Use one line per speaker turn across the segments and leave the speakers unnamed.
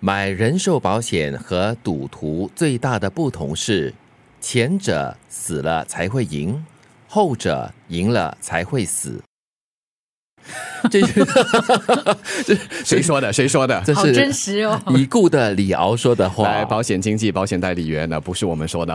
买人寿保险和赌徒最大的不同是，前者死了才会赢，后者赢了才会死。 这是 这
谁说的？谁说 的？
这
好真
是
实哦。
已故的李敖说的话。
来，保险经纪、保险代理员呢，不是我们 说的，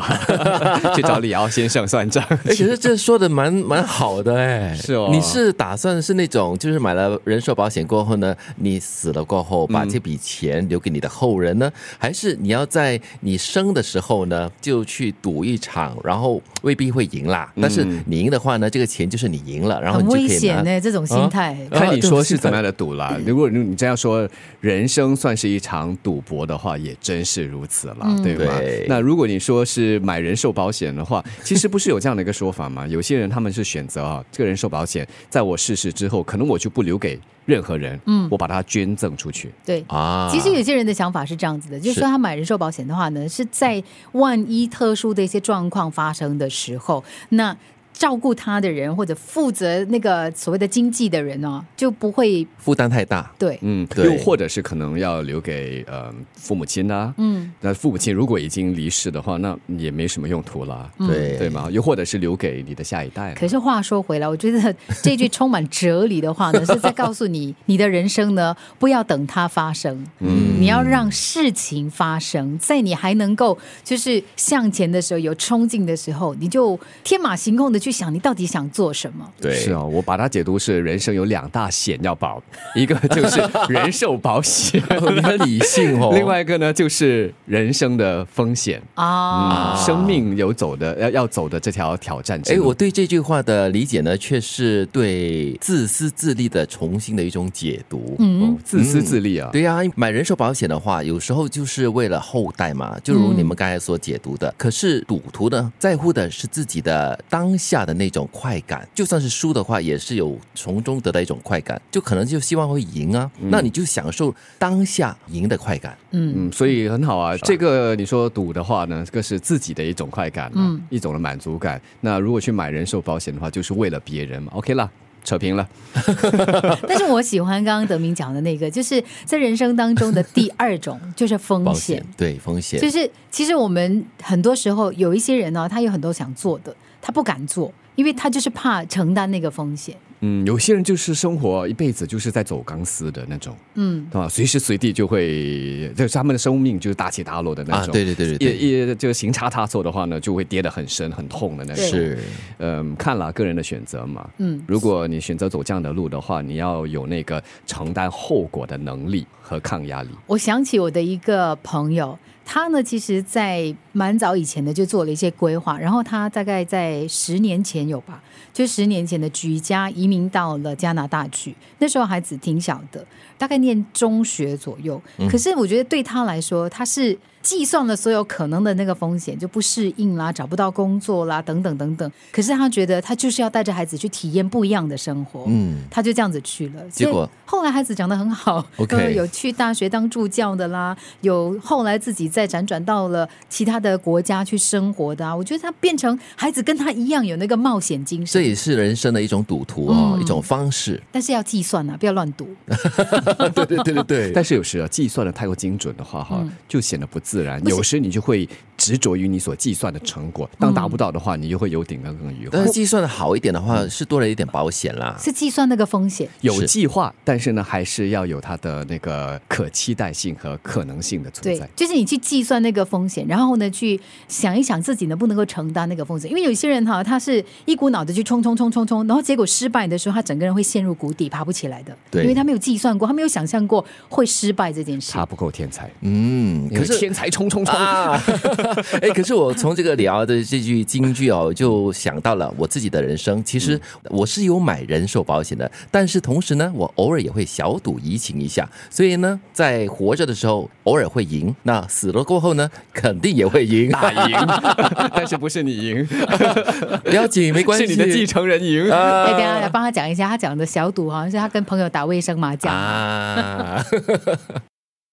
去找李敖先生算账。
哎， 其实这说的蛮蛮好的哎，
是哦
你 是打算是那种，就是买了人寿保险过后呢，你死了过后把这笔钱留给你的后人呢，还是你要在你生的时候呢就去赌一场，然后未必会赢啦，但是你赢的话呢，这个钱就是你赢了，然后
很
你就可
危
以
险
拿啊
呢、这种心态。
看你说是怎么样的赌啦。如果你这样说，人生算是一场赌博的话，也真是如此啦，嗯对吧？
对
那如果你说是买人寿保险的话，其实不是有这样的一个说法吗？有些人他们是选择啊，这个人寿保险在我逝世之后，可能我就不留给任何人，嗯，我把它捐赠出去。
对，
啊。
其实有些人的想法是这样子的，就是
是
说他买人寿保险的话呢，是在万一特殊的一些状况发生的时候，那。照顾他的人或者负责那个所谓的经济的人哦，就不会
负担太大，
对，
嗯，
对
又或者是可能要留给呃父母亲啊，
嗯，
那父母亲如果已经离世的话，那也没什么用途了，
对
对吗？又或者是留给你的下一 代。
可是话说回来，我觉得 这句充满哲理的话呢，是在告诉你，你的人生呢，不要等它发生，你要让事情发生，在你还能够就是向前的时候，有冲劲的时候，你就天马行空的去想，你到底想做什么。
对，
是哦，我把它解读是人生有两大险要保，一个就是人寿保险，
你很理性 哦。
另外一个呢就是人生的风险，
啊，
生命有走的要要走的这条挑战之
哎，
路。
我对这句话的理解呢，却是对自私自利的重新的一种解读。
嗯
我自私自利啊，
对呀、买人寿保险的话，有时候就是为了后代嘛，就如你们刚才所解读的。可是赌徒呢，在乎的是自己的当下的那种快感，就算是输的话，也是有从中得到一种快感，就可能就希望会赢啊，那你就享受当下赢的快感。
嗯，
嗯，所以很好啊。这个你说赌的话呢，这个是自己的一种快感、啊，
嗯
一种的满足感。那如果去买人寿保险的话，就是为了别人嘛。OK 啦，扯平了。
但是我喜欢刚刚德明讲的那个，就是在人生当中的第二种，就是 风
保
险
险。对风险，
就是其实我们很多时候有一些人呢、他有很多想做的，他不敢做，因为他就是怕承担那个风险。
嗯，有些人就是生活一辈子就是在走钢丝的那种，
嗯，
对吧？随时随地就会，就是他们的生命就是大起大落的那
啊，
种。
对对对对对，
也也就行差踏错的话呢，就会跌得很深很痛的那种。
对
是
嗯，看了个人的选择嘛。
嗯，
如果你选择走这样的路的话，你要有那个承担后果的能力和抗压力。
我想起我的一个朋友，他呢其实，在蛮早以前的就做了一些规划，然后他大概在十年前有吧，就十年前的举家移民到了加拿大去，那时候孩子挺小的，大概念中学左右。可是我觉得对他来说，他是计算了所有可能的那个风险，就不适应啦，找不到工作啦，等等等等。可是他觉得他就是要带着孩子去体验不一样的生活，
嗯，
他就这样子去了。
结果
所以后来孩子长得很好
OK
呃 有去大学当助教的啦，有后来自己再辗转到了其他的国家去生活的啊。我觉得他变成孩子跟他一样有那个冒险精
这
神，
也是人生的一种赌徒哦，
嗯
一种方式。
但是要计算啊，不要乱赌。
对对对对对
但是有时啊，计算的太过精准的话，哈、
嗯
就显得不自然。有时你就会执着于你所计算的成果，当达不到的话，你就会有顶耿耿于怀
嗯但。是计算的好一点的话，是多了一点保险啦。
是计算那个风险。
有计划，但是呢，还是要有它的那个可期待性和可能性的存
对
在，。
就是你去计算那个风险，然后呢，去想一想自己能不能够承担那个风险。因为有些人哈，他是一股脑的去冲冲冲冲冲，然后结果失败的时候，他整个人会陷入谷底，爬不起来的。
对
因为他没有计算过，他没有想象过会失败这件事。
他不够天才，
嗯，可
可
是
是天才冲冲冲！
啊， 哎，可是我从这个李敖的这句金句哦，就想到了我自己的人生。其实
嗯
我是有买人寿保险的，但是同时呢，我偶尔也会小赌怡情一下。所以呢，在活着的时候偶尔会赢，那死了过后呢，肯定也会赢。
大 赢， 但是不是你赢，
不要紧，没关系，啊
是你的继承人赢。
哎，等一下来帮他讲一下，他讲的小赌好像是他跟朋友打卫生麻将。
啊。